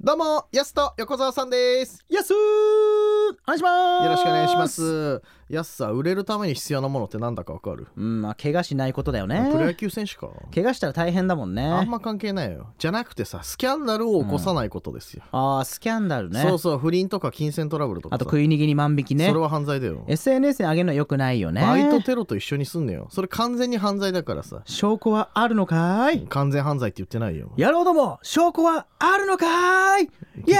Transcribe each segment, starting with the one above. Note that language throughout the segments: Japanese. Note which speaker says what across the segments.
Speaker 1: どうも、やすと横澤さんです。
Speaker 2: やすーお願いします
Speaker 1: よろしくお願いしま。す。やすさ、売れるために必要なものってなんだかわかる、
Speaker 2: うん、まあ、怪我しないことだよ
Speaker 1: プロ野
Speaker 2: ね。
Speaker 1: 球選手か。
Speaker 2: 怪我したら大変だもんね。
Speaker 1: あん
Speaker 2: あ
Speaker 1: ま関係ないよ。じゃなくてさ、スキャンダルを起こさないことですよ。
Speaker 2: あー、スキャンダルね。
Speaker 1: そうそう、不倫とか金銭トラブルとかさ。
Speaker 2: あと食い逃げに万引きね
Speaker 1: それ。は犯罪だよ。
Speaker 2: SNS に上げるのは良くないよね。
Speaker 1: バイトテロと一緒にすんねよ。それ完全に犯罪だからさ。
Speaker 2: 証拠はあるのかい
Speaker 1: 完全犯罪って言ってないよ。
Speaker 2: 野郎ども、証拠はあるのかいイ エ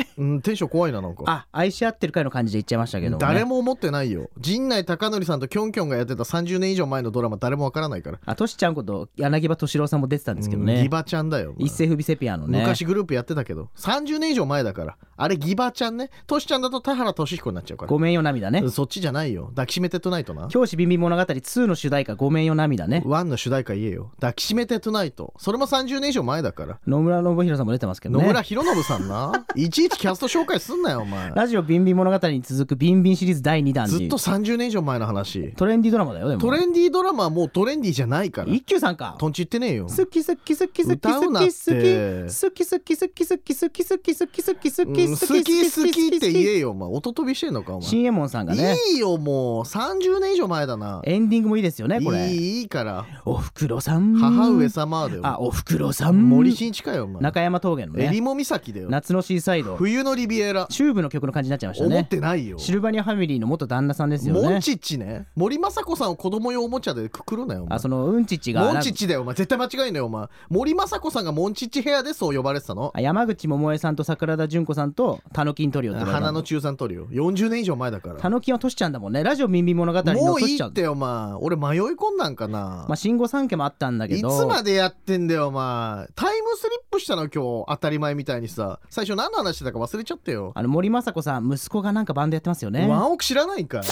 Speaker 2: ーイ
Speaker 1: うん、テンション怖いな、なんか。
Speaker 2: あ、愛し合ってるかいの感じで言っちゃいましたけども、ね。
Speaker 1: 誰も思ってないよ陣内孝則さんとキョンキョンがやってた30年以上前のドラマ誰もわからないから
Speaker 2: あ、としちゃんこと柳葉敏郎さんも出てたんですけど
Speaker 1: うんギ
Speaker 2: ね。
Speaker 1: バちゃんだよお前
Speaker 2: 一世不備セピアのね。
Speaker 1: 昔グループやってたけど30年以上前だからあれギバちゃんねトシちゃんだと田原俊彦になっちゃうから
Speaker 2: ごめんよ涙ね。
Speaker 1: そっちじゃないよ抱きしめてトゥナイトな
Speaker 2: 教師ビンビン物語2の主題歌ごめんよ涙ね。
Speaker 1: ワンの主題歌言えよ抱きしめてトゥナイトそれも30年以上前だから
Speaker 2: 野村信弘さんも出てますけど
Speaker 1: 野
Speaker 2: ね。
Speaker 1: 村弘信さん ないちいちキャスト紹介すんなよお前
Speaker 2: ラジオビンビン物語に続くビンビンシリーズ第2弾
Speaker 1: ずっと
Speaker 2: に
Speaker 1: 30年以上前の話
Speaker 2: トレンディドラマだよでも
Speaker 1: トレンディードラマはもうトレンディーじゃないから
Speaker 2: 一休さんか
Speaker 1: トンチ言ってねえよ
Speaker 2: 好き好き好き好き
Speaker 1: 歌う
Speaker 2: 好
Speaker 1: なっ
Speaker 2: き
Speaker 1: て
Speaker 2: 好き好き好き好き好き好き好き好き好き好き好き
Speaker 1: うん好き好きって言
Speaker 2: え
Speaker 1: えよお前音飛びしてんのかお前
Speaker 2: 新右衛門さんがね
Speaker 1: いいよもう30年以上前だな
Speaker 2: エンディングもいいですよねこ
Speaker 1: い
Speaker 2: れ
Speaker 1: いいいから
Speaker 2: おふくろさん
Speaker 1: 母上様だよ
Speaker 2: あおふくろさん
Speaker 1: 森進一かよお前
Speaker 2: 中山峠のね
Speaker 1: 襟裳岬だよ
Speaker 2: 夏のシーサイド
Speaker 1: 冬のリビエラ
Speaker 2: チューブの曲の感じになっちゃいました
Speaker 1: 思っ
Speaker 2: ね
Speaker 1: てないよ
Speaker 2: シルバニアファミリーの元旦那さんですよ
Speaker 1: モン
Speaker 2: ね
Speaker 1: チッチね森雅子さんを子供用おもちゃでくくるなよお前
Speaker 2: あそのうんちちが
Speaker 1: モンチッチだよお前絶対間違いないよお前森雅子さんがモンチッチヘアでそう呼ばれてたの
Speaker 2: あ山口百恵さんと桜田淳子さんとたのきんトリオって呼ばれた
Speaker 1: 花の中3トリオ40年以上前だか
Speaker 2: た
Speaker 1: ら
Speaker 2: のきんはとしちゃんだもんねラジオ耳物語
Speaker 1: も
Speaker 2: の
Speaker 1: う
Speaker 2: と
Speaker 1: い
Speaker 2: し
Speaker 1: い
Speaker 2: ちゃん
Speaker 1: ってお前俺迷い込んだんかな
Speaker 2: まあ新御三家もあったんだけ
Speaker 1: いつ
Speaker 2: ど
Speaker 1: までやってんだよお前タイムスリップしたの今日当たり前みたいにさ最初何の話してたか忘れちゃったよ、
Speaker 2: あの森昌子さん息子がなんかバンドやってますよね
Speaker 1: ワンオク知らないんかい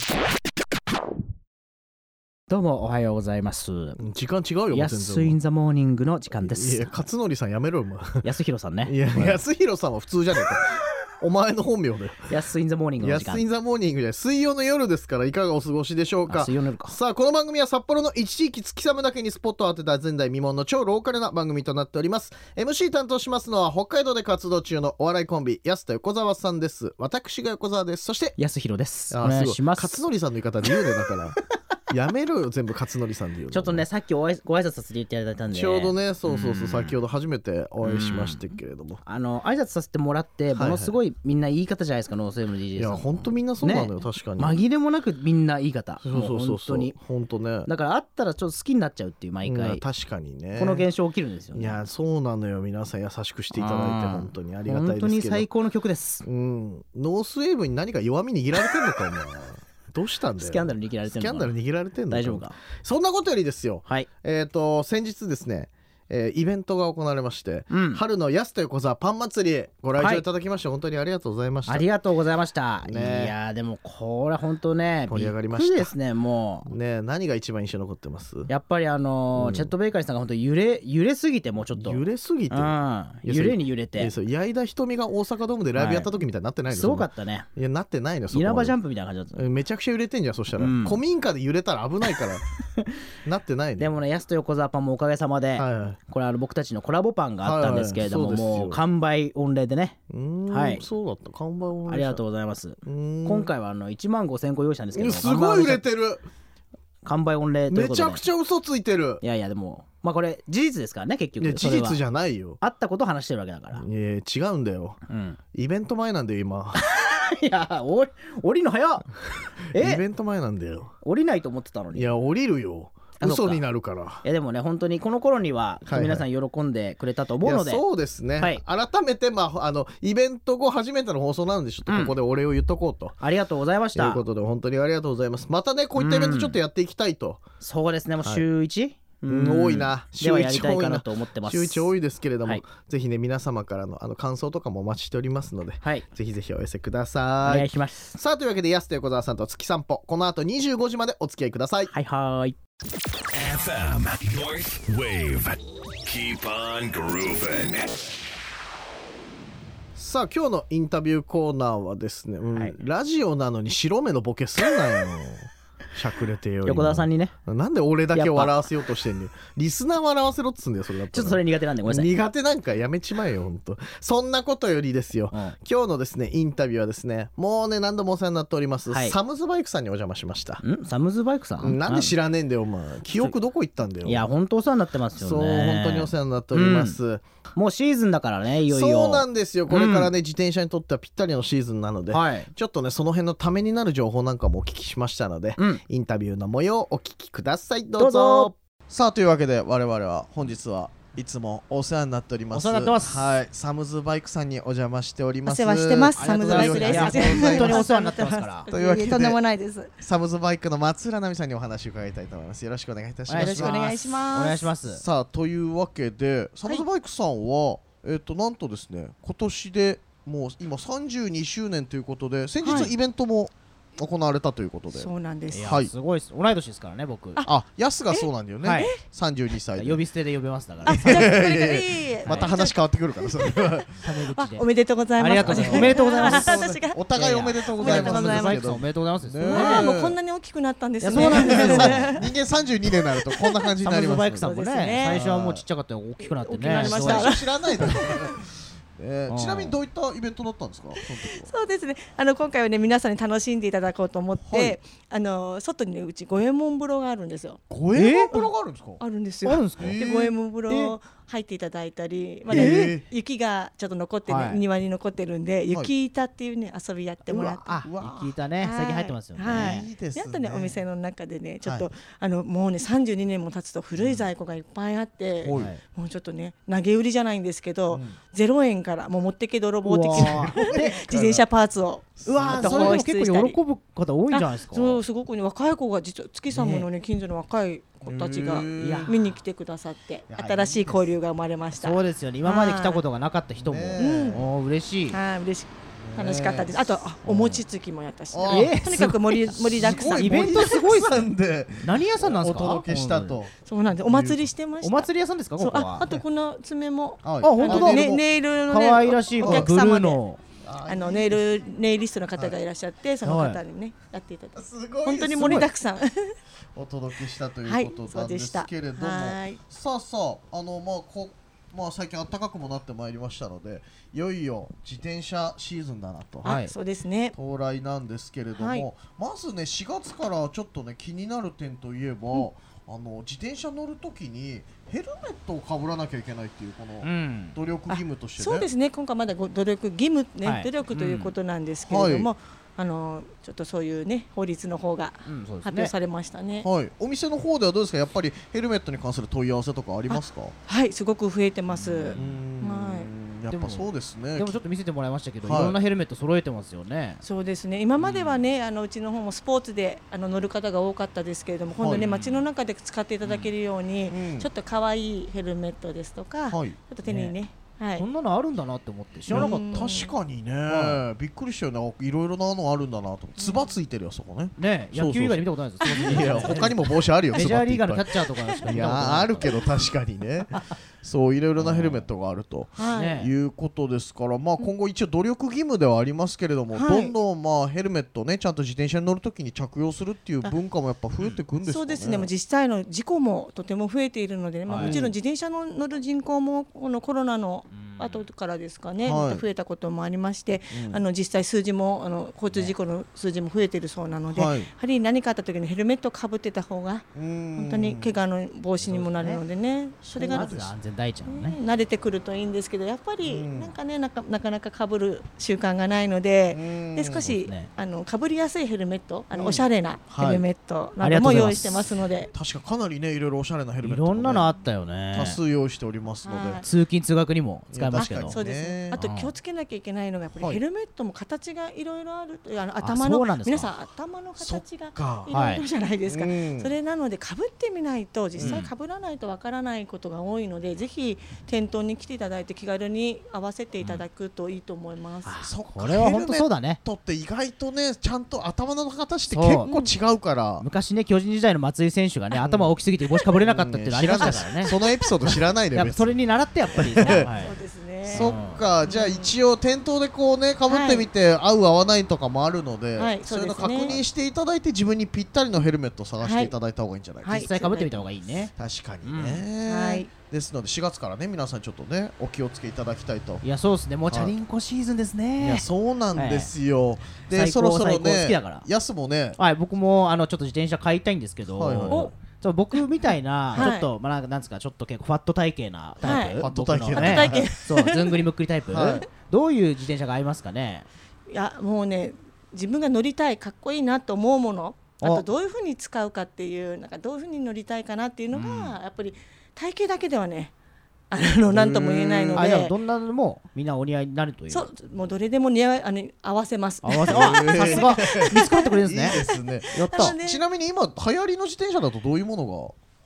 Speaker 2: どうもおはようございます
Speaker 1: 時間違うよ
Speaker 2: 安いインザモーニングの時間で
Speaker 1: いや
Speaker 2: す
Speaker 1: 勝則さんやめろよ お前
Speaker 2: 安弘さん
Speaker 1: い
Speaker 2: ね
Speaker 1: や、安弘さんは普通じゃねえ か。お前の本名だよ。
Speaker 2: 安いインザモーニングの時間
Speaker 1: 安インザモーニングじゃない水曜の夜ですからいかがお過ごしでしょう
Speaker 2: あ
Speaker 1: か
Speaker 2: 水。曜の夜か
Speaker 1: さあこの番組は札幌の一地域月寒だけにスポットを当てた前代未聞の超ローカルな番組となっております MC 担当しますのは北海道で活動中のお笑いコンビ安田横澤さんです私が横澤ですそして
Speaker 2: 安弘です
Speaker 1: あー
Speaker 2: お願い
Speaker 1: ご
Speaker 2: しま
Speaker 1: 勝
Speaker 2: す
Speaker 1: 則さんの言い方で言うねだからやめろよ全部勝則さんで言うの
Speaker 2: ちょっとねさっきおあいご挨拶させていただいたんで
Speaker 1: ちょうどねそうそうそう、
Speaker 2: うん
Speaker 1: 先ほど初めてお会いしましたけれども、
Speaker 2: あの挨拶させてもらって
Speaker 1: はいはい
Speaker 2: ものすごいみんないい方じゃないですかノーセーブの DJ
Speaker 1: い
Speaker 2: さ
Speaker 1: や
Speaker 2: ん
Speaker 1: ほんとみんなそうなのよ、確かに
Speaker 2: 紛れもなくみんないい方
Speaker 1: そうそうそうそう
Speaker 2: もう本当に
Speaker 1: 本当ね
Speaker 2: だから会ったらちょっと好きになっちゃうっていう毎
Speaker 1: う
Speaker 2: 回
Speaker 1: ん確かにね
Speaker 2: この現象起きるんですよ
Speaker 1: い
Speaker 2: ね
Speaker 1: やそうなのよ皆さん優しくしていただいて
Speaker 2: あー
Speaker 1: 本当にありがた
Speaker 2: 本
Speaker 1: い
Speaker 2: 当
Speaker 1: で
Speaker 2: に
Speaker 1: すけ
Speaker 2: 最
Speaker 1: ど
Speaker 2: 高の曲です
Speaker 1: うんノースウェーブに何か弱み握られてんのかお前 どうしたんだよ
Speaker 2: スキャンダル握られて
Speaker 1: ス
Speaker 2: る
Speaker 1: キャン
Speaker 2: の
Speaker 1: ダ
Speaker 2: か
Speaker 1: ル
Speaker 2: な
Speaker 1: 握られてんの
Speaker 2: 大丈夫か
Speaker 1: そんなことよりですよ
Speaker 2: はい
Speaker 1: えっ、と先日ですね、えーイベントが行われまして、
Speaker 2: うん
Speaker 1: 春の安と横沢パン祭りご来場いただきまして、本当にありがとうございました
Speaker 2: ありがとうございましたい
Speaker 1: ね
Speaker 2: やーでもこれは本当ね
Speaker 1: 盛り上がりました
Speaker 2: びっくですねもう
Speaker 1: ねえ何が一番印象に残ってます
Speaker 2: やっぱりあの
Speaker 1: うん
Speaker 2: ーチェット・ベイカリーさんが本当揺れ揺れすぎてもうちょっと
Speaker 1: 揺れすぎて
Speaker 2: うん
Speaker 1: いやそ
Speaker 2: 揺
Speaker 1: れ
Speaker 2: れに揺れ
Speaker 1: い
Speaker 2: て
Speaker 1: やそれ矢井田瞳が大阪ドームでライブやった時みたいになってないの
Speaker 2: すごか
Speaker 1: っ
Speaker 2: ったね
Speaker 1: たいやなってないのよそこま
Speaker 2: 稲
Speaker 1: で
Speaker 2: 葉ジャンプみたいな感じだった
Speaker 1: えめちゃくちゃ揺れてんじゃんそしたら、
Speaker 2: うん
Speaker 1: 古民家で揺れたら危ないから なってないね
Speaker 2: でもねやすと横澤パンもおかげさまで
Speaker 1: はいはい
Speaker 2: これあの僕たちのコラボパンがあったんですけれども
Speaker 1: はいはいそうですよ
Speaker 2: もう完売御礼でね
Speaker 1: うーん、
Speaker 2: はい
Speaker 1: そうだった看板を
Speaker 2: ありがとう
Speaker 1: う
Speaker 2: ございます
Speaker 1: 今
Speaker 2: 今回はあの1万5000個用意したんですけど
Speaker 1: すごい売れてる
Speaker 2: 完売御礼という
Speaker 1: め
Speaker 2: こ
Speaker 1: ち
Speaker 2: と
Speaker 1: ゃ
Speaker 2: で
Speaker 1: くちゃ嘘ついてる
Speaker 2: いやいやでもまあこれ事実ですからね結
Speaker 1: いや
Speaker 2: 局
Speaker 1: 事実じ
Speaker 2: ゃ
Speaker 1: ゃないよ
Speaker 2: あったことを話してるわけだから
Speaker 1: いや違うんだよ
Speaker 2: うん
Speaker 1: イベント前なんだよ今
Speaker 2: いやお降りる の早っ
Speaker 1: イ
Speaker 2: え
Speaker 1: ベント前なんだよ
Speaker 2: 降りないと思ってたの
Speaker 1: い
Speaker 2: にいや
Speaker 1: や降りるよ
Speaker 2: あそっか
Speaker 1: 嘘になるから
Speaker 2: でもね本当にこの頃に
Speaker 1: は
Speaker 2: は
Speaker 1: いはい
Speaker 2: 皆さん喜んでくれたと思うので
Speaker 1: いやそうですね、
Speaker 2: はい
Speaker 1: 改めて、まあ、あのイベント後初めての放送なんでちょっとここでお礼を言っとこうと、
Speaker 2: ありがとうございまし
Speaker 1: という
Speaker 2: た
Speaker 1: ことで本当にありがとうございますまたねこういったイベントちょっとやっていきたいと、
Speaker 2: そうですねもう
Speaker 1: はい
Speaker 2: 週 1?
Speaker 1: うん多いな
Speaker 2: ではやり
Speaker 1: 週一
Speaker 2: たい
Speaker 1: 多い
Speaker 2: か
Speaker 1: な
Speaker 2: なと思ってます
Speaker 1: 週一多いですけれども、
Speaker 2: はい
Speaker 1: ぜひね皆様からのあの感想とかもお待ちしておりますので
Speaker 2: はい
Speaker 1: ぜひぜひお寄せくだ
Speaker 2: お
Speaker 1: さい、
Speaker 2: 願いします
Speaker 1: さあというわけで安と横澤さんと月散歩この後25時までお付き合いください
Speaker 2: はいはーい
Speaker 3: FM North Wave. Keep on grooving.
Speaker 1: さあ今日のインタビューコーナーはですね、うん
Speaker 2: はい
Speaker 1: ラジオなのに白目のボケすんなよ しゃくれてよ今
Speaker 2: 横田さんにね
Speaker 1: なんで俺だけ笑わせようとしてんねんリスナー笑わせろっつうんだよそれだ
Speaker 2: ちょっとそれ苦手なんでごめんなさい、
Speaker 1: 苦手なんかやめちまえよほんとそんなことよりですよ
Speaker 2: うん
Speaker 1: 今日のですねインタビューはですねもうね何度もお世話になっております、
Speaker 2: はい
Speaker 1: サムズバイクさんにお邪魔しました
Speaker 2: んサムズバイクさん
Speaker 1: なんで知
Speaker 2: ら
Speaker 1: らねえんだよお前記憶どこ行ったんだよ
Speaker 2: いや本当お世話になってますよね
Speaker 1: そう本当にお世話になっております、
Speaker 2: もうシーズンだからねいよいよ
Speaker 1: そうなんですよこれからね、自転車にとってはぴったりのシーズンなので、
Speaker 2: はい
Speaker 1: ちょっとねその辺のためになる情報なんかもお聞きしましたので、
Speaker 2: うん
Speaker 1: インタビューの模様をお聞きくださいどうぞ
Speaker 2: どうぞ
Speaker 1: さあというわけで我々は本日はいつもお世話になっております
Speaker 2: お世話になってます
Speaker 1: はいサムズバイクさんにお邪魔しておりま
Speaker 4: お
Speaker 1: す
Speaker 4: 世話してます。
Speaker 1: あ
Speaker 4: サ
Speaker 1: り
Speaker 4: ム
Speaker 1: が
Speaker 4: ズ
Speaker 1: とうござ
Speaker 4: バ
Speaker 1: い
Speaker 4: イ
Speaker 1: ま
Speaker 4: クです。
Speaker 1: ありがとうございます
Speaker 2: 本当にお世話になってますから
Speaker 1: というわけで
Speaker 4: えとんでもないです。よ
Speaker 1: サムズバイクの松浦奈美さんにお話を伺いたいと思いますよろしくお願いいたします
Speaker 4: ろしくお願いします。
Speaker 2: お願いします
Speaker 1: さあというわけでサムズバイクさんは、えっ、となんとですね今年でもう今32周年ということで先
Speaker 2: は
Speaker 1: 日
Speaker 2: い
Speaker 1: イベントも行われたということで、
Speaker 4: そうなんで
Speaker 2: い
Speaker 4: す。
Speaker 2: や、
Speaker 1: はい
Speaker 2: すごいです同い年ですからね僕
Speaker 1: あヤスがそうなんだよね、
Speaker 2: はい
Speaker 1: 32歳で
Speaker 2: 呼び捨てで呼べますだから
Speaker 4: あ、じゃあこれからいい
Speaker 2: い
Speaker 1: また話変わってくるからそれは
Speaker 2: タメ
Speaker 4: あ
Speaker 2: 口で
Speaker 4: おめでとうございます。
Speaker 2: ありがとうございますおめでとうございます
Speaker 4: 私が。
Speaker 1: お互いおめでとうご
Speaker 4: お
Speaker 1: ざ
Speaker 4: め
Speaker 1: いま
Speaker 4: でと
Speaker 1: す
Speaker 4: うござい
Speaker 2: バ
Speaker 4: ま
Speaker 2: イクさんおめでとうございますです
Speaker 1: ね
Speaker 2: ね
Speaker 4: ああ、もうこんなに大きくなったんですね。
Speaker 2: いやそうなんですよ
Speaker 1: 人間32年になるとこんな感じに
Speaker 2: サ
Speaker 1: なり
Speaker 2: ムズ
Speaker 1: ます
Speaker 2: バイクさんもね
Speaker 4: そうですね
Speaker 2: 最初はもうちっちゃかったのが大きくなってね
Speaker 4: 大きくなりまし
Speaker 2: す
Speaker 4: た
Speaker 2: ごい
Speaker 1: 最初知らないだろうねえーちなみにどういったイベントだったんですかその時は
Speaker 4: そうですね。あの今回はね皆さんに楽しんでいただこうと思っ
Speaker 1: はい
Speaker 4: て、あの外にねうち五右衛門風呂があるんですよ。
Speaker 1: 五右衛門風呂があるんですか
Speaker 4: あるんです
Speaker 2: あるん
Speaker 4: よ。
Speaker 2: ですか
Speaker 1: え
Speaker 4: で
Speaker 1: ー
Speaker 4: 五右衛門風呂入っていただいたり、まだね雪がちょっと残ってね
Speaker 2: はい
Speaker 4: 庭に残ってるんで雪板っていうね遊びやってもらって。
Speaker 2: あ
Speaker 1: うわ
Speaker 2: 聞いたね
Speaker 4: はい
Speaker 2: 最近入ってますよね、
Speaker 4: はい
Speaker 1: いいですね
Speaker 4: あとねお店の中でねちょっと、
Speaker 1: は
Speaker 4: あのもうね32年も経つと古い在庫がいっぱいあって、
Speaker 1: うん
Speaker 2: はい
Speaker 4: もうちょっとね投げ売りじゃないんですけど、0円からもう持ってけ泥棒的な 自転車パーツを
Speaker 2: うわ
Speaker 4: あ
Speaker 2: ー
Speaker 4: と
Speaker 2: それでも
Speaker 4: 放出したり
Speaker 2: 結構喜ぶ方多いんじゃないですか
Speaker 4: あそうすごくね若い子が実は月さんものね近所の若い子たちが
Speaker 1: いや
Speaker 4: 見に来てくださって
Speaker 2: いや
Speaker 4: 新しい交流が生まれました。
Speaker 2: そうですよね今まで来たことがなかった人も、
Speaker 1: ね
Speaker 4: うん
Speaker 2: おー嬉しい
Speaker 4: はい嬉しい楽しかったです。あとあお餅つきもやったし、
Speaker 1: あ
Speaker 2: ー
Speaker 4: とにかく盛り盛りだくさん。
Speaker 2: イベントすごいっ
Speaker 1: 盛りだく
Speaker 2: すね
Speaker 1: さんで
Speaker 2: 何屋さんなんで
Speaker 1: お
Speaker 2: すか
Speaker 1: 届けしたと
Speaker 4: そうなんです。お祭りしてました。
Speaker 2: お祭り屋さんですか
Speaker 4: そ
Speaker 2: こ
Speaker 4: う
Speaker 2: こ
Speaker 4: あ
Speaker 2: は
Speaker 4: あとこの爪も
Speaker 1: あ
Speaker 2: あ本当だ
Speaker 4: ね
Speaker 1: ね
Speaker 4: ネイルのね
Speaker 2: 可愛らしいこ
Speaker 4: お
Speaker 2: の
Speaker 4: 客
Speaker 2: ブルー
Speaker 4: 様で
Speaker 2: の
Speaker 4: あのネイルネイリストの方がいらっしゃってその方にねやっていただいて
Speaker 1: すごい
Speaker 4: 本当に盛りだくさんは
Speaker 1: お届けしたというこ
Speaker 4: い
Speaker 1: と
Speaker 4: そ
Speaker 1: な
Speaker 4: うん
Speaker 1: で
Speaker 4: でし
Speaker 1: す
Speaker 4: た
Speaker 1: けれども、
Speaker 4: はい
Speaker 1: さあさああのまあこまあ最近暖かくもなってまいりましたのでいよいよ自転車シーズンだなと、
Speaker 2: はい
Speaker 4: あそうですね
Speaker 1: 到来なんですけれども、
Speaker 4: はい
Speaker 1: まずね4月からちょっとね気になる点といえば、あの自転車乗るときにヘルメットをかぶらなきゃいけないっていうこ
Speaker 2: う
Speaker 1: の
Speaker 2: ん
Speaker 1: 努力義務としてね、
Speaker 4: そうですね今回まだご努力義務ね、
Speaker 2: はい
Speaker 4: 努力ということなんですけれども、あのちょっとそういうね法律の方が
Speaker 2: うんそうですね
Speaker 4: 発表されましたね。
Speaker 1: はい、お店の方ではどうですかやっぱりヘルメットに関する問い合わせとかありますか
Speaker 4: はいすごく増えてます
Speaker 1: うー。ん
Speaker 4: は
Speaker 1: やっ
Speaker 2: で
Speaker 1: ぱ
Speaker 2: も
Speaker 1: そうですね
Speaker 2: でもちょっと見せてもらいましたけど、
Speaker 1: はい
Speaker 2: い、ろんなヘルメット揃えてますよね
Speaker 4: そうですね今まではね、うあのうちの方もスポーツであの乗る方が多かったですけれども今度ね、
Speaker 1: はい
Speaker 4: 街の中で使っていただけるように、
Speaker 1: うん
Speaker 4: ちょっと可愛いヘルメットですとか、
Speaker 1: はい
Speaker 4: ちょっと手にねはい
Speaker 2: そんなのあるんだなって思って知らなかっ
Speaker 4: うん
Speaker 1: 確かにね、
Speaker 2: は
Speaker 1: びっくりしたよねあいろいろなのあるんだなと思ってつばついてるよそこね
Speaker 2: たね
Speaker 1: そうそうそう
Speaker 2: 野球以外で見たことないですよ
Speaker 1: い や他にも帽子あるよ
Speaker 2: メジャーリーガーのキ
Speaker 1: つば
Speaker 2: ャ
Speaker 1: って
Speaker 2: ッチャーとかしか
Speaker 1: いっぱいい
Speaker 2: 見たこと
Speaker 1: や
Speaker 2: な
Speaker 1: あるけど確かに ねそういろいろなヘルメットがあると
Speaker 4: はい
Speaker 2: ね
Speaker 1: いうことですから、まあ、今後一応努力義務ではありますけれども、
Speaker 4: は
Speaker 1: ど
Speaker 4: い
Speaker 1: んどんまあヘルメットねちゃんと自転車に乗るときに着用するっていう文化もやっぱ増えてくんですかね
Speaker 4: そうですねもう実際の事故もとても増えているのでね、まあ、
Speaker 2: はい
Speaker 4: もちろん自転車の乗る人口もこのコロナの
Speaker 2: うん
Speaker 4: 後からですかね、
Speaker 1: はい
Speaker 4: また増えたこともありまして、
Speaker 1: うん
Speaker 4: あの実際数字もあの交通事故の数字も増えているそうなので、
Speaker 1: はい
Speaker 4: やはり何かあった時にヘルメットをかぶってた方が
Speaker 1: 本
Speaker 4: 本当に怪我の防止にもなるのでねそれが
Speaker 2: まずは安全第一なのね
Speaker 4: ね慣れてくるといいんですけどやっぱり
Speaker 1: うん
Speaker 4: なんかねなかなかなか被る習慣がないので
Speaker 1: うん
Speaker 4: で
Speaker 2: そ
Speaker 4: 少
Speaker 2: うで
Speaker 4: し
Speaker 2: すね
Speaker 4: あの被りやすいヘルメットあ
Speaker 1: う
Speaker 4: の
Speaker 1: ん
Speaker 4: おしゃれなヘルメットなんか
Speaker 2: は
Speaker 4: も
Speaker 2: いありがとうございます
Speaker 4: 用意してますので
Speaker 1: 確かかなりねいろいろおしゃれなヘル
Speaker 2: い
Speaker 1: メットも
Speaker 2: ろ
Speaker 1: ね、
Speaker 2: んなのあったよね
Speaker 1: 多数用意しておりますので、
Speaker 4: はい
Speaker 2: 通勤通学にも使えますけ
Speaker 1: いや確
Speaker 2: ど
Speaker 1: か
Speaker 4: そうですね
Speaker 1: ね
Speaker 4: あと気をつけなきゃいけないのがやっぱ
Speaker 1: は
Speaker 4: り
Speaker 1: い
Speaker 4: ヘルメットも形がいろいろあるというあの頭の
Speaker 2: そうなんですか
Speaker 4: 皆さん頭の形が
Speaker 1: そっか
Speaker 4: いろいろじゃないですか
Speaker 1: うん
Speaker 4: それなので被ってみないと実
Speaker 2: うん
Speaker 4: 際被らないとわからないことが多いのでぜひ店頭に来ていただいて気軽に合わせていただくといいと思います。
Speaker 1: そっか
Speaker 2: これは本当そうだ
Speaker 1: ヘ
Speaker 2: ね
Speaker 1: ルメットって意外とねちゃんと頭の形って結構違うから
Speaker 2: 昔ね巨人時代の松井選手がね頭大きすぎて帽子かぶれなかったっていうのありましたから
Speaker 1: うん
Speaker 2: ね
Speaker 1: 知らないそのエピソード知らないで
Speaker 2: やっぱそれに習ってやっぱりはい
Speaker 4: そうですね。
Speaker 1: そっかじゃあ一応店頭でこうねかぶってみて、合う合わないとかもあるので、
Speaker 4: はい
Speaker 1: そういうの
Speaker 4: そう
Speaker 1: 確
Speaker 4: ですね
Speaker 1: 認していただいて自分にぴったりのヘルメットを探していただいた方がいいんじゃないか、
Speaker 4: はい
Speaker 2: 実際かぶってみた方がいいね。
Speaker 1: 確かにね、
Speaker 4: はい
Speaker 1: ですので4月からね皆さんちょっとねお気をつけいただきたいと
Speaker 2: いや、そうですね。もうチャリンコシーズンですね。
Speaker 1: いやそうなんですよ、で
Speaker 2: 最高
Speaker 1: そろそろ
Speaker 2: 最高好き
Speaker 1: ね
Speaker 2: だから
Speaker 1: やすもね
Speaker 2: はい、僕もあのちょっと自転車買いたいんですけど、
Speaker 1: はいはいはい
Speaker 2: ちょっと僕みたいな、
Speaker 4: はい
Speaker 2: ちょっと、まあ、なんかなんですか、ちょっと結構ファット体型なタイプ、
Speaker 1: はい
Speaker 2: 僕の
Speaker 1: ファット
Speaker 2: ね
Speaker 4: 体型
Speaker 2: そう、ずんぐりむっくりタイプ、
Speaker 1: はい
Speaker 2: どういう自転車が合いますかね、
Speaker 4: いやもうね自分が乗りたいかっこいいなと思うものあ
Speaker 2: あ
Speaker 4: とどういうふうに使うかっていうなんかどういうふうに乗りたいかなっていうのが、やっぱり体型だけではねあの何とも言えないの
Speaker 2: あじゃあ
Speaker 4: で
Speaker 2: どんなのもみんなお似合いになるという、
Speaker 4: そうもうどれでも似合いあの合わせます。
Speaker 2: 合わせ、あさすが、 見つかってくれるんです
Speaker 1: いい
Speaker 2: ね、
Speaker 1: ですね
Speaker 2: やった、
Speaker 4: ただね
Speaker 1: ちなみに今流行りの自転車だとどういうもの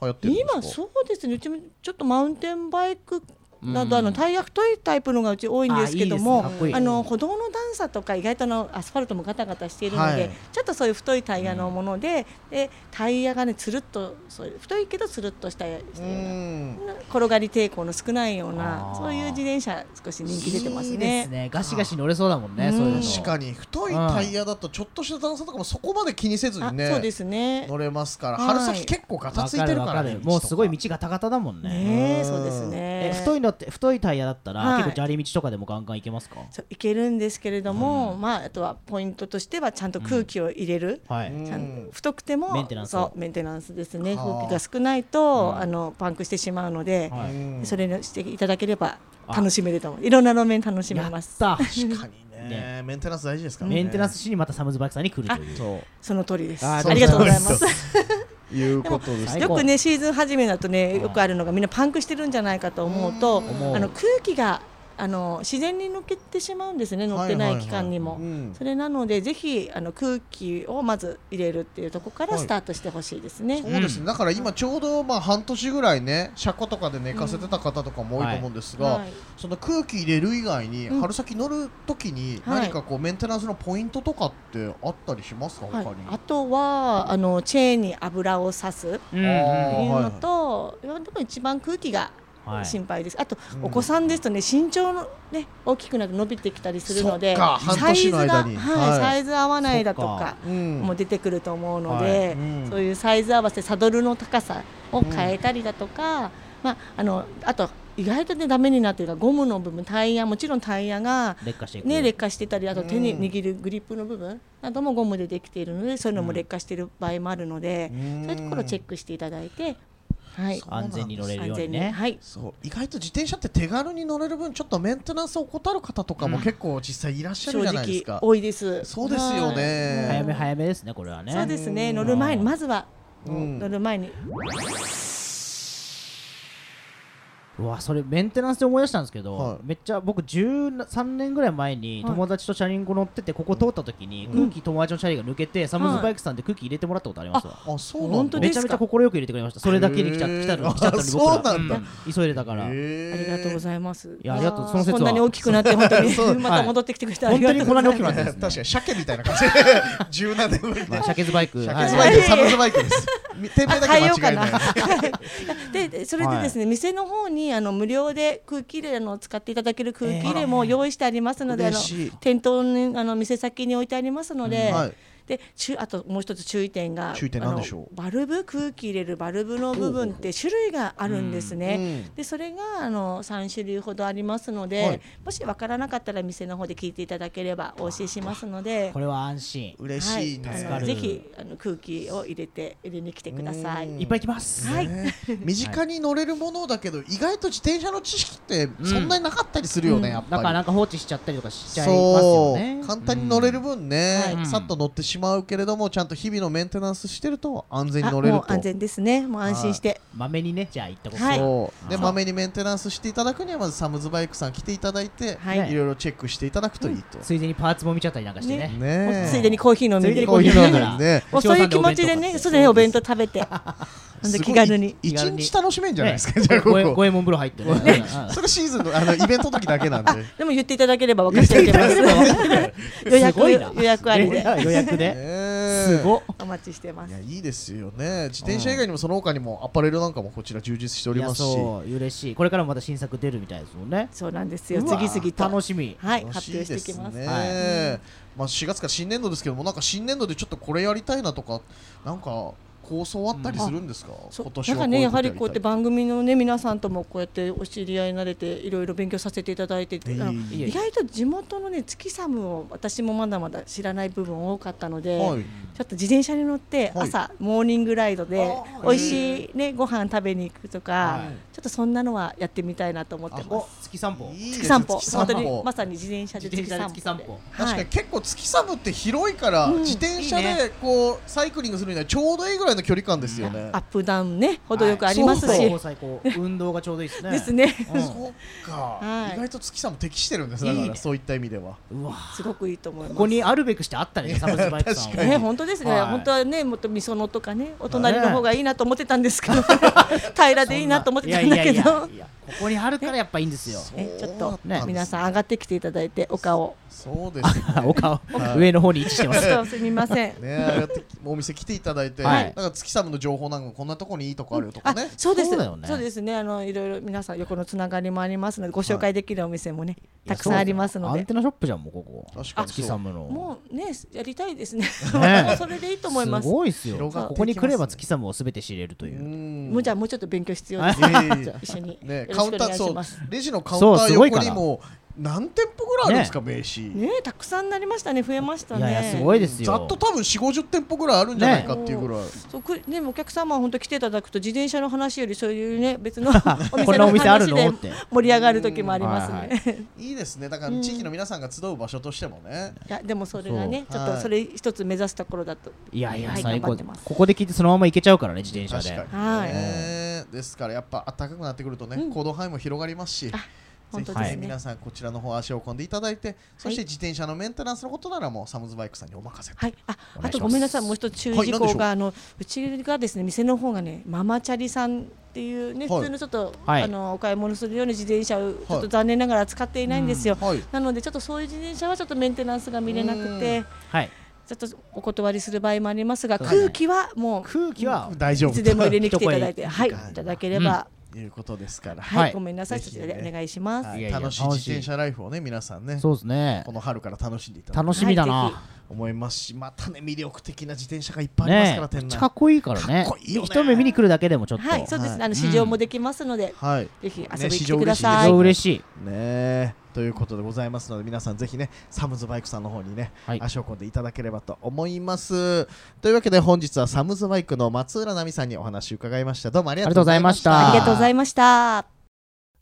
Speaker 1: が流行ってるんですか
Speaker 4: 今そうですねうちもちょっとマウンテンバイクなど、あのタイヤ太いタイプのがうち多いんですけど
Speaker 2: あい
Speaker 4: も
Speaker 2: いですねかっこいい
Speaker 4: あの歩道の段差とか意外とあのアスファルトもガタガタしているので、
Speaker 1: はい
Speaker 4: ちょっとそういう太いタイヤのもので,、でタイヤがねつるっとそういう太いけどつるっとしたやつ
Speaker 1: うーん
Speaker 4: 転がり抵抗の少ないような
Speaker 2: あー
Speaker 4: そういう自転車少し人気出てます
Speaker 2: いい
Speaker 4: ね。
Speaker 2: ですね、ガシガシ乗れそうだもんね、そういうの、
Speaker 1: 確かに太いタイヤだとちょっとした段差とかもそこまで気にせず
Speaker 4: あ
Speaker 1: にね
Speaker 4: そうですね。
Speaker 1: 乗れますから
Speaker 4: はい
Speaker 1: 春先結構ガタ
Speaker 2: わ
Speaker 1: つい
Speaker 2: か
Speaker 1: て
Speaker 2: る
Speaker 1: る
Speaker 2: わ
Speaker 1: か
Speaker 2: からる、もうすごい
Speaker 1: 道
Speaker 2: 道がタガタだもんね。
Speaker 4: ね
Speaker 1: う
Speaker 4: え
Speaker 1: ん
Speaker 4: そうですね
Speaker 2: え。太いのって太いタイヤだったら、
Speaker 4: はい
Speaker 2: 結構砂利道とかでもガンガン行けますか
Speaker 4: そういけるんですけれども、まああとはポイントとしてはちゃんと空気を入れる。
Speaker 2: はい、
Speaker 1: うん
Speaker 4: ちゃん太くても
Speaker 2: メンテナンスを
Speaker 4: そうメンテナンスですね
Speaker 1: はあ
Speaker 4: 空気が少ないと、あのパンクしてしまうので、
Speaker 2: はい
Speaker 1: うん
Speaker 4: それにしていただければ
Speaker 2: あ
Speaker 4: 楽しめると思ういろんな路面楽しめ
Speaker 2: や
Speaker 4: ま
Speaker 2: っ
Speaker 4: す
Speaker 2: た
Speaker 1: 確かにね
Speaker 2: ね
Speaker 1: メンテナンス大事ですからね
Speaker 2: メンテナンスしにまたサムズバイクさんに来るという。
Speaker 1: そ
Speaker 4: その通りです
Speaker 2: あ
Speaker 4: あ
Speaker 2: ーそう
Speaker 4: りがとうございま
Speaker 1: そ
Speaker 4: す
Speaker 1: うういうことです
Speaker 2: 最
Speaker 4: よ
Speaker 2: 高
Speaker 4: くねシーズン初めだとねよくあるのがみんなパンクしてるんじゃないかと思うと
Speaker 2: 思う
Speaker 4: あの空気があの自然に抜けてしまうんですね乗ってない期間にも。
Speaker 1: はいはいはいうん
Speaker 4: それなのでぜひあの空気をまず入れるっていうところから
Speaker 1: はい
Speaker 4: スタートしてほしいですね。
Speaker 1: そうですね、だから今ちょうどまあ半年ぐらいね車庫とかで寝かせてた方とかも多いと思うんですが、
Speaker 4: はいはい
Speaker 1: その空気入れる以外に、
Speaker 4: うん
Speaker 1: 春先乗る時に
Speaker 4: はい
Speaker 1: 何かこうメンテナンスのポイントとかってあったりしますか、
Speaker 4: はい
Speaker 1: 他に、
Speaker 4: あとはあのチェーンに油をさすって
Speaker 2: うん
Speaker 1: あ
Speaker 4: いう
Speaker 1: はい
Speaker 4: のと、いやでも一番空気が
Speaker 2: はい
Speaker 4: 心配です、あと、
Speaker 1: うん
Speaker 4: お子さんですとね身長のね大きくなって伸びてきたりするので
Speaker 1: そっか半年の間に
Speaker 4: サイズが、はい
Speaker 1: はい
Speaker 4: サイズ合わないだと
Speaker 2: そっ
Speaker 4: か
Speaker 2: か
Speaker 1: うん
Speaker 4: も出てくると思うの
Speaker 2: は
Speaker 4: で、
Speaker 1: うん
Speaker 4: そういうサイズ合わせサドルの高さを変えたりだとか、まあ、あのあと意外とねダメになってるのがゴムの部分タイヤもちろんタイヤが
Speaker 2: 劣化していく。
Speaker 4: ね、劣化してたりあと手に
Speaker 1: うん
Speaker 4: 握るグリップの部分などもゴムでできているのでそういうのも劣化している場合もあるので、
Speaker 1: うん
Speaker 4: そういうところをチェックしていただいて、はい、
Speaker 2: 安全に乗れるよ
Speaker 4: 安
Speaker 2: うに
Speaker 4: 全に、
Speaker 2: ね。
Speaker 4: はい、
Speaker 1: そう意外と自転車って手軽に乗れる分ちょっとメンテナンスを怠る方とかも
Speaker 2: うん
Speaker 1: 結構実際いらっしゃ
Speaker 4: 正
Speaker 1: るじゃないです
Speaker 4: 直
Speaker 1: か、
Speaker 4: 多いです。
Speaker 1: そうですよね
Speaker 2: 早め早めですね、これは
Speaker 4: は
Speaker 2: ね。
Speaker 4: いそうですね乗る前にまずは、
Speaker 1: うん
Speaker 4: 乗る前に
Speaker 2: うわ、それメンテナンスで思い出したんですけど、
Speaker 1: はい
Speaker 2: めっちゃ僕13年ぐらい前に
Speaker 4: はい
Speaker 2: 友達と車輪コ乗ってて、ここ通った時に、空気友達の車輪が抜けて、サムズバイクさんで空気入れてもらったことありますわ。
Speaker 1: あそうなんだ
Speaker 4: 本当
Speaker 2: め
Speaker 4: で
Speaker 2: ちゃ
Speaker 4: す
Speaker 2: めち
Speaker 4: か
Speaker 2: ゃ快く入れてくれました。それだけに来ちゃ
Speaker 1: へー
Speaker 2: 来たの来ちゃったのに僕
Speaker 1: あそうな
Speaker 2: ら、
Speaker 1: んだ
Speaker 2: うん急いでたから。
Speaker 4: ありがとうご
Speaker 1: い
Speaker 4: ざいます。
Speaker 2: いやありがとうその説は
Speaker 4: こんなに大きくなって本当
Speaker 1: そう
Speaker 4: に また戻ってきてくれてありがとうございま
Speaker 2: 本当
Speaker 4: す。
Speaker 2: にこんなに大きくなっ て
Speaker 1: 確かに鮭みたいな感じで柔 軟で無理で、
Speaker 2: まあ、車ケズバイク。
Speaker 1: シャ
Speaker 2: は
Speaker 1: ケ
Speaker 2: い
Speaker 1: ズバイク、サムズバイクです。店名だけ間違えない。
Speaker 4: ででそれでですね、店の方にあの無料で空気入れの使っていただける空気入れも用意してありますので、あの
Speaker 1: 嬉しい
Speaker 4: 店頭にあの店先に置いてありますので、
Speaker 1: うんはい
Speaker 4: で注あともう一つ注意点が
Speaker 1: 注意点
Speaker 4: あの
Speaker 1: 何でしょう
Speaker 4: バルブ空気入れるバルブの部分って種類があるんですね。でそれがあの3種類ほどありますので、
Speaker 1: はい
Speaker 4: もしわからなかったら店の方で聞いていただければお教えしますので。
Speaker 2: これは安心。
Speaker 1: 嬉しい
Speaker 4: は
Speaker 1: ね
Speaker 4: い、
Speaker 2: か
Speaker 4: あ
Speaker 2: る
Speaker 4: のぜひあの空気を入れて入れに来てください。
Speaker 2: いっぱい来ます。
Speaker 4: はい
Speaker 1: ね身近に乗れるものだけど、意外と自転車の知識ってそんなになかったりするよね、やっ
Speaker 2: だからな
Speaker 1: ぱ
Speaker 2: んか放置しちゃったりとか
Speaker 1: り。
Speaker 2: しちゃいますよ
Speaker 1: そ
Speaker 2: ね。
Speaker 1: う、簡単に乗れる分ね
Speaker 4: うん
Speaker 2: は、い
Speaker 1: さっと乗ってしまうけれども、ちゃんと日々のメンテナンスしてると安全に
Speaker 4: あ
Speaker 1: 乗れる
Speaker 4: もう
Speaker 1: と
Speaker 4: 安。全ですね。もう安心して。
Speaker 2: まめにね、じゃあ行ったこと
Speaker 4: はい
Speaker 1: そうで
Speaker 2: あー
Speaker 1: まめにメンテナンスしていただくにはまずサムズバイクさん来ていただいて、、
Speaker 4: はい
Speaker 2: い
Speaker 1: ろいろチェックしていただくといいと。
Speaker 2: ついでにパーツも見ちゃったりなんかしてね。
Speaker 4: ね
Speaker 1: ね
Speaker 4: ついでにコーヒー飲み
Speaker 2: ついで
Speaker 4: に
Speaker 2: にコーヒー飲みなが ら
Speaker 1: ね
Speaker 4: もうそういう気持ちでね、そうでね、お弁当食べて、なんで気軽に。
Speaker 1: 一
Speaker 2: 気軽に
Speaker 1: 日楽しめんじゃないですか、
Speaker 2: ね
Speaker 1: じゃあこ
Speaker 2: 五右衛
Speaker 1: こ
Speaker 2: 五右衛門風呂入ってね。うん
Speaker 1: それシーズンのあのイベントの時だけなんでね
Speaker 4: でも 言っていただければ分かっていただけます。予
Speaker 2: す
Speaker 4: 約
Speaker 2: ごいな。
Speaker 4: 予約ありで。
Speaker 2: 予約で。
Speaker 1: え
Speaker 4: す
Speaker 5: すごい
Speaker 4: お待ちしてます
Speaker 5: やいいですよね自転車以外にもその他にもアパレルなんかもこちら充実してお
Speaker 6: い
Speaker 5: り
Speaker 6: や
Speaker 5: ますし
Speaker 6: そう嬉しいこれからもまた新作出るみたいですもんね
Speaker 4: そうなんですよ
Speaker 6: うわ
Speaker 4: 次々と
Speaker 6: 楽しみ
Speaker 4: はい
Speaker 5: 楽
Speaker 4: 発
Speaker 5: しい
Speaker 4: 表して
Speaker 5: で
Speaker 4: いき
Speaker 5: す
Speaker 4: ます
Speaker 5: ね、
Speaker 4: は
Speaker 5: まあ4月から新年度ですけどもなんか新年度でちょっとこれやりたいなとかなんか構想あったりするんですか、
Speaker 4: そう
Speaker 5: 今年は
Speaker 4: なん
Speaker 5: こ
Speaker 4: か
Speaker 5: う
Speaker 4: ね
Speaker 5: いう
Speaker 4: や
Speaker 5: こ
Speaker 4: は
Speaker 5: と
Speaker 4: り
Speaker 5: やり
Speaker 4: こうやったて
Speaker 5: い
Speaker 4: 番組のね皆さんともこうやってお知り合いになれていろいろ勉強させていただいて、あの
Speaker 6: いえいえ
Speaker 4: 意外と地元のね月寒を私もまだまだ知らない部分多かったので、
Speaker 5: はい
Speaker 4: ちょっと自転車に乗って
Speaker 5: はい
Speaker 4: 朝、モーニングライドで
Speaker 5: あー
Speaker 4: 美味しいねご飯食べに行くとか、
Speaker 6: はい
Speaker 4: ちょっとそんなのはやってみたいなと思ってます。
Speaker 6: お月散歩
Speaker 5: いいです
Speaker 4: 月
Speaker 5: ね
Speaker 4: 散歩
Speaker 5: 月散
Speaker 4: 本当に
Speaker 5: 歩
Speaker 4: まさに自転車で
Speaker 6: 自
Speaker 4: 月
Speaker 6: 転車
Speaker 4: 散
Speaker 6: で
Speaker 4: 歩
Speaker 6: 月散歩
Speaker 5: 確か
Speaker 4: は
Speaker 5: に
Speaker 4: い、
Speaker 5: 結構月寒って広いから、
Speaker 4: うん
Speaker 5: 自転車
Speaker 6: いい
Speaker 5: で
Speaker 6: ね
Speaker 5: こうサイクリングするにはちょうどいいぐらいの距離感ですよね
Speaker 4: ア。ップダウンね程よくありますし、
Speaker 6: はいそう最高最高運動がちょうどいいですね
Speaker 4: ですね
Speaker 6: うん
Speaker 5: そっか、
Speaker 4: はい
Speaker 5: 意外と月さんも適してるんですねだから
Speaker 6: いいね
Speaker 5: そういった意味では。
Speaker 6: うわ
Speaker 4: すごくいいと思います。
Speaker 6: ここにあるべくしてあったねサムズバイクさんは
Speaker 5: 確かに
Speaker 4: ね、本当ですね、
Speaker 6: はい
Speaker 4: 本当はね、もっとみそのとかね、お隣の方がいいなと思ってたんですけど、平らでいいなと思ってたんだけ
Speaker 6: そな
Speaker 4: ど
Speaker 6: いやいやいやい、やここにあるからやっぱいいんですよ
Speaker 4: ねちょっと
Speaker 6: ね
Speaker 4: 皆さん上がってきていただいて、お顔、
Speaker 5: そうですね。
Speaker 6: お顔
Speaker 5: はい
Speaker 6: 上の方に位置して
Speaker 4: ちょ
Speaker 6: ま
Speaker 4: っ
Speaker 6: す
Speaker 4: とすみません。
Speaker 5: ね、ああやってお店来ていただいて、
Speaker 6: はい
Speaker 5: なんか月さんの情報なんかこんなとこにいいとこあるよとかね。
Speaker 4: そうです
Speaker 6: そうだよね
Speaker 4: そうですね、あのいろいろ皆さん横のつながりもありますので、ご紹介できるお店もね、たくさんありますの
Speaker 6: ア
Speaker 4: で
Speaker 6: ンテ。ナショップじゃんもうここ
Speaker 5: 確かに
Speaker 6: 月
Speaker 5: そう
Speaker 6: サムの
Speaker 4: もうね、やりたいですね。
Speaker 6: ね
Speaker 4: もうそれでいいと思います。
Speaker 6: ごいっすよ
Speaker 5: 広がって
Speaker 6: ここに
Speaker 5: きます
Speaker 6: 来
Speaker 5: ね
Speaker 6: れば月サムをすべて知れるといううん
Speaker 4: もうじゃあ、もうちょっと勉強必要です。
Speaker 5: いえいえ
Speaker 4: 一緒に。
Speaker 5: ね、
Speaker 4: よ
Speaker 5: カウ
Speaker 4: ろし
Speaker 5: ン
Speaker 4: くお
Speaker 5: タ
Speaker 4: 願
Speaker 5: ー
Speaker 4: い
Speaker 5: そ
Speaker 4: し
Speaker 5: う
Speaker 4: ます。
Speaker 5: レジのカウンター
Speaker 6: そうすごい
Speaker 5: 横
Speaker 6: か
Speaker 5: に
Speaker 6: ら
Speaker 5: も何店舗ぐらいあるんですか、名刺。
Speaker 4: ね、たくさんなりましたね、増えました
Speaker 6: い
Speaker 4: ね。
Speaker 6: やいやすごいです
Speaker 5: ざっ
Speaker 6: よ
Speaker 5: と多分4、50店舗ぐらいあるんじゃないかっていうぐらい。
Speaker 4: そうくね、お客様は本当来ていただくと自転車の話よりそういう ね別のお店の話で
Speaker 6: こんなお店あるのって
Speaker 4: 盛り上がる時もありますね。
Speaker 6: うんはい
Speaker 4: い
Speaker 5: いいですね。だから地域の皆さんが集う場所としてもね。
Speaker 4: やでもそれがね
Speaker 5: そう
Speaker 4: ちょっと
Speaker 5: はい
Speaker 4: それ一つ目指すところだと。
Speaker 6: いやいや
Speaker 4: はい
Speaker 6: 最
Speaker 4: 頑張
Speaker 6: 高
Speaker 4: ってます
Speaker 6: ここで聞いてそのまま行けちゃうからね自転車
Speaker 5: 確
Speaker 6: で
Speaker 5: か
Speaker 4: は
Speaker 5: に
Speaker 4: い
Speaker 5: ね。ですからやっぱ暖かくなってくるとね、
Speaker 4: うん
Speaker 5: 行動範囲も広がりますし。ぜ
Speaker 4: 本
Speaker 5: ひね、
Speaker 4: 当ですね
Speaker 5: 皆さんこちらの方足を運んでいただいて、そして自転車のメンテナンスのことならもうサムズバイクさんにお任せと。
Speaker 4: はい、あ
Speaker 6: お願いします
Speaker 4: あとごめんなさい、もう一つ注意事
Speaker 5: はい何でし
Speaker 4: 項
Speaker 5: ょう
Speaker 4: が、あのうちがですね店の方がね、ママチャリさんっていうね、
Speaker 5: はい
Speaker 4: 普通のちょっと、
Speaker 6: はい
Speaker 4: あのお買い物するような自転車を、ちょっ
Speaker 5: はい
Speaker 4: と残念ながら使っていないんですよ、
Speaker 5: はい。
Speaker 4: なので、ちょっとそういう自転車はちょっとメンテナンスが見れなく
Speaker 5: う
Speaker 4: て、
Speaker 6: はい
Speaker 4: ちょっとお断りする場合もありますが、
Speaker 6: そうですね
Speaker 4: 空気はもう
Speaker 6: 空気は
Speaker 5: 大丈
Speaker 4: いつ
Speaker 5: 夫
Speaker 4: で
Speaker 5: と
Speaker 4: も入れに来ていただいて、
Speaker 6: 一
Speaker 4: はい、い
Speaker 5: 一回
Speaker 4: ただければ、
Speaker 5: いうことですから、
Speaker 4: はい、
Speaker 6: はい
Speaker 4: ごめんなさい、
Speaker 5: ぜ
Speaker 4: ち
Speaker 5: ひ
Speaker 4: ょ
Speaker 5: ね
Speaker 4: っとお願いします。
Speaker 5: はいい
Speaker 6: やいや
Speaker 5: 楽しい自転車ライフをね、皆さんね、
Speaker 6: そうですね
Speaker 5: この春から楽しんでいただ
Speaker 6: 楽しみだ
Speaker 4: はいぜ
Speaker 6: な
Speaker 5: と思いますし、またね、魅力的な自転車がいっぱいあります
Speaker 6: ね
Speaker 5: から、
Speaker 6: めっ
Speaker 5: 店
Speaker 6: ちゃ
Speaker 5: 内
Speaker 6: かっこいいからね
Speaker 5: かっこいいよね
Speaker 6: 一目見に来るだけでもちょっと
Speaker 4: はい、そうですね、あの試乗もできますので、
Speaker 5: はい。
Speaker 4: ぜひ
Speaker 5: ね
Speaker 4: 遊びに
Speaker 5: 試
Speaker 4: 来
Speaker 5: 乗
Speaker 4: てくだ
Speaker 5: 嬉しいで
Speaker 4: さ
Speaker 5: す
Speaker 4: い。
Speaker 5: よ
Speaker 6: そう嬉しい
Speaker 5: ねえということでございますので皆さんぜひねサムズバイクさんの方にね、
Speaker 6: はい
Speaker 5: 足を運んでいただければと思いますというわけで本日はサムズバイクの松浦奈美さんにお話伺いましたどうもありがとうございました
Speaker 6: あり
Speaker 4: あり
Speaker 6: が
Speaker 4: がとうございました。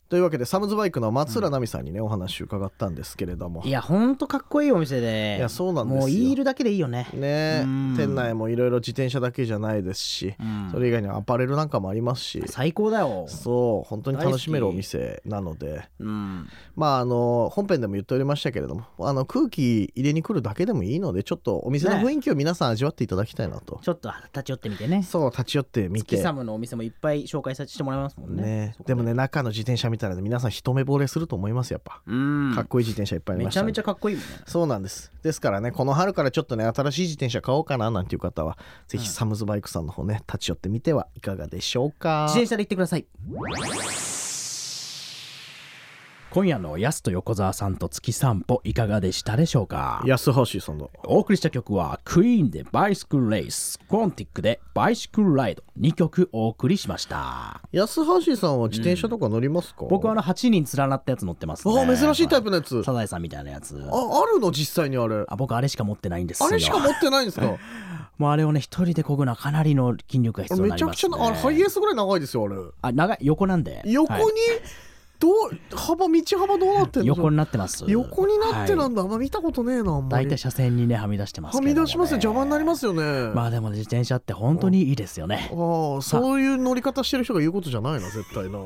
Speaker 1: というわけでサムズバイクの松浦奈美さんにねお話伺ったんですけれども
Speaker 2: いや、ほんとかっこいいお店で。
Speaker 1: いやそうなんですよ
Speaker 2: もういるだけでいいよね。
Speaker 1: ね
Speaker 2: うん
Speaker 1: 店内もいろいろ自転車だけじゃないですし
Speaker 6: うん
Speaker 1: それ以外にはアパレルなんかもありますし
Speaker 2: 最高だよ。
Speaker 1: そう本当に楽しめるお店なので
Speaker 2: うん。
Speaker 1: まああの本編でも言っておりましたけれどもあの空気入れに来るだけでもいいのでちょっとお店の
Speaker 2: ね
Speaker 1: 雰囲気を皆さん味わっていただきたいなと、
Speaker 2: ちょっと立ち寄ってみてね。
Speaker 1: そう立ち寄ってみ
Speaker 2: 月
Speaker 1: て
Speaker 2: サムのお店もいっぱい紹介させてもらいますもんね。
Speaker 1: ね
Speaker 2: そこ
Speaker 1: でもね中の自転車見たらね皆さん一目惚れすると思いますやっぱ、
Speaker 2: うん。
Speaker 1: かっこいい自転車いっぱいあり
Speaker 2: め
Speaker 1: まし
Speaker 2: ち
Speaker 1: た
Speaker 2: ゃ
Speaker 1: んで
Speaker 2: めちゃかっこいいもんね。
Speaker 1: そうなんですですからねこの春からちょっとね新しい自転車買おうかななんていう方はぜひサムズバイクさんの方ね立ち寄ってみてはいかがでしょうか
Speaker 2: 自転車で行ってください。
Speaker 7: 今夜のヤスと横澤さんと月散歩いかがでしたでしょうか
Speaker 1: 安橋さんの
Speaker 7: お送りした曲はクイーンでバイスクルレースクォンティックでバイシクルライド2曲お送りしました
Speaker 1: 安橋さんは自転車とか乗りますか、
Speaker 7: 僕はあの8人連なったやつ乗ってますね
Speaker 1: ああ珍しいタイプのやつあ
Speaker 7: サザエさんみたいなやつあ
Speaker 1: あるの実際にあれ
Speaker 7: 僕あれしか持ってないんですよ
Speaker 1: あれしか持ってないんですか
Speaker 7: もうあれをね一人で漕ぐのはかなりの筋力が必要に
Speaker 1: め
Speaker 7: な
Speaker 1: ち
Speaker 7: り
Speaker 1: ゃ
Speaker 7: ま
Speaker 1: く
Speaker 7: す、
Speaker 1: ちゃ
Speaker 7: ね、
Speaker 1: なあれハイエースぐらい長いですよあれ
Speaker 7: あ長い横なんで
Speaker 1: 横に、
Speaker 7: はい
Speaker 1: どう幅道幅どうなってんの
Speaker 7: 横になってます
Speaker 1: 横になってな
Speaker 7: はい
Speaker 1: んだ、あんま見たことねえなあんま
Speaker 7: 大
Speaker 1: り
Speaker 7: 体車線にねはみ出してます
Speaker 1: は
Speaker 7: けど
Speaker 1: み
Speaker 7: もね
Speaker 1: 出しますね邪魔になりますよね、
Speaker 7: まあでもね自転車って本当にいいですよね
Speaker 1: ああそういう乗り方してる人が言うことじゃないな絶対な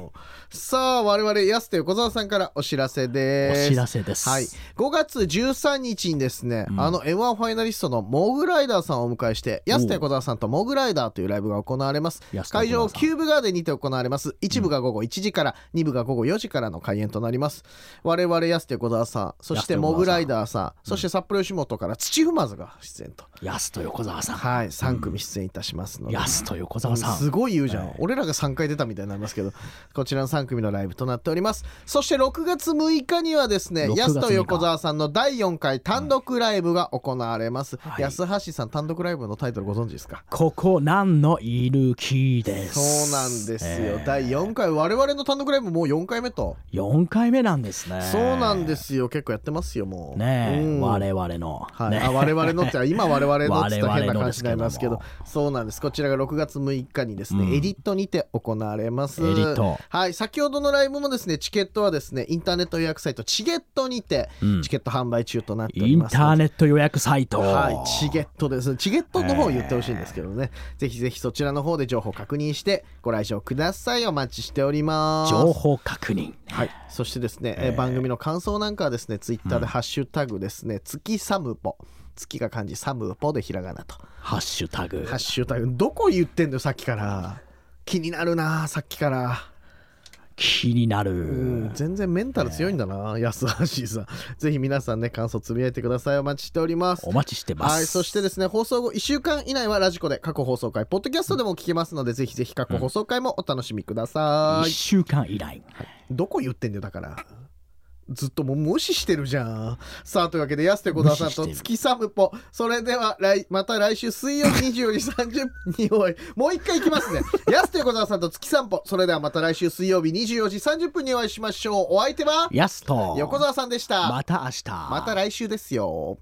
Speaker 1: さあ我々やすと横澤さんからお知らせ
Speaker 7: お
Speaker 1: です
Speaker 7: 知らせです
Speaker 1: はい、5月13日にですね、
Speaker 7: うん
Speaker 1: あの m 1ファイナリストのモグライダーさんをお迎えして安田横澤さんとモグライダーというライブが行われます
Speaker 7: 安田
Speaker 1: 会
Speaker 7: 横澤
Speaker 1: 場
Speaker 7: さん
Speaker 1: キューブガーデンにて行われます1部が午後1時から2部が午後4時からの開演となります我々安手小沢さんそして
Speaker 7: 安手小沢さん
Speaker 1: モグライダーさんそして札幌吉本から土踏まずが出演と、
Speaker 7: 安と横澤さん
Speaker 1: はい3組出演いたしますので、
Speaker 7: 安と横澤さん
Speaker 1: すごい言うじゃん、俺らが3回出たみたいになりますけど こちらの3組のライブとなっておりますそして6月6日にはですね
Speaker 7: 6月
Speaker 1: 安
Speaker 7: 6日
Speaker 1: と横澤さんの第4回単独ライブが行われます、安橋さん単独ライブのタイトルご存知ですか
Speaker 7: ここなんのいる木です
Speaker 1: そうなんですよ、
Speaker 7: えー
Speaker 1: 第4回我々の単独ライブもう4回目と、
Speaker 7: 4回目なんですね
Speaker 1: そうなんですよ結構やってますよもう
Speaker 7: ねえ、
Speaker 1: うん
Speaker 7: 我々の、
Speaker 1: はい
Speaker 7: ね
Speaker 1: あ我々のって今我々のって言ったら変
Speaker 7: 我々
Speaker 1: な
Speaker 7: の
Speaker 1: 感
Speaker 7: で
Speaker 1: じ
Speaker 7: す
Speaker 1: に
Speaker 7: け
Speaker 1: な
Speaker 7: ど
Speaker 1: り
Speaker 7: も
Speaker 1: ますけどそうなんですこちらが6月6日にですね、
Speaker 7: うん
Speaker 1: エディットにて行われます
Speaker 7: エディット
Speaker 1: はい先ほどのライブもですねチケットはですねインターネット予約サイトチゲットにて
Speaker 7: うん
Speaker 1: チケット販売中となってお
Speaker 7: イ
Speaker 1: り
Speaker 7: ン
Speaker 1: ます
Speaker 7: ターネット予約サイト、
Speaker 1: はい、チゲットです。チゲットの方を言ってほしいんですけどね、ぜひぜひそちらの方で情報確認してご来場ください。お待ちしております。
Speaker 7: 情報確認
Speaker 1: はい、そしてですね、えー番組の感想なんかはですねツイッターで「ハッシュタグですね、月サムポ」月が漢字サムポでひらがなと
Speaker 7: ハッシュタグ
Speaker 1: ハッシュタグどこ言ってんのよさっきから気になるなさっきから、
Speaker 7: 気になる、
Speaker 1: うん、全然メンタル強いんだな、安橋さんぜひ皆さんね感想つぶやいてくださいお待ちしております
Speaker 7: お待ちしてます、
Speaker 1: はい、そしてですね、放送後1週間以内はラジコで過去放送回、ポッドキャストでも聞けますので、ぜひぜひ過去放送回もお楽しみくださ
Speaker 7: 1
Speaker 1: い。
Speaker 7: 週間以内
Speaker 1: どこ言ってんだよだからずっともう無視してるじゃんさあというわけで安手小沢さんと
Speaker 7: 無視してる
Speaker 1: 月サムポそれでは来また来週水曜24時30分にお会いもう一回いきますね安手小沢さんと月散歩それではまた来週水曜日24時30分にお会いしましょうお相手は
Speaker 7: やすと
Speaker 1: 横澤さんでした
Speaker 7: また明日
Speaker 1: また来週ですよ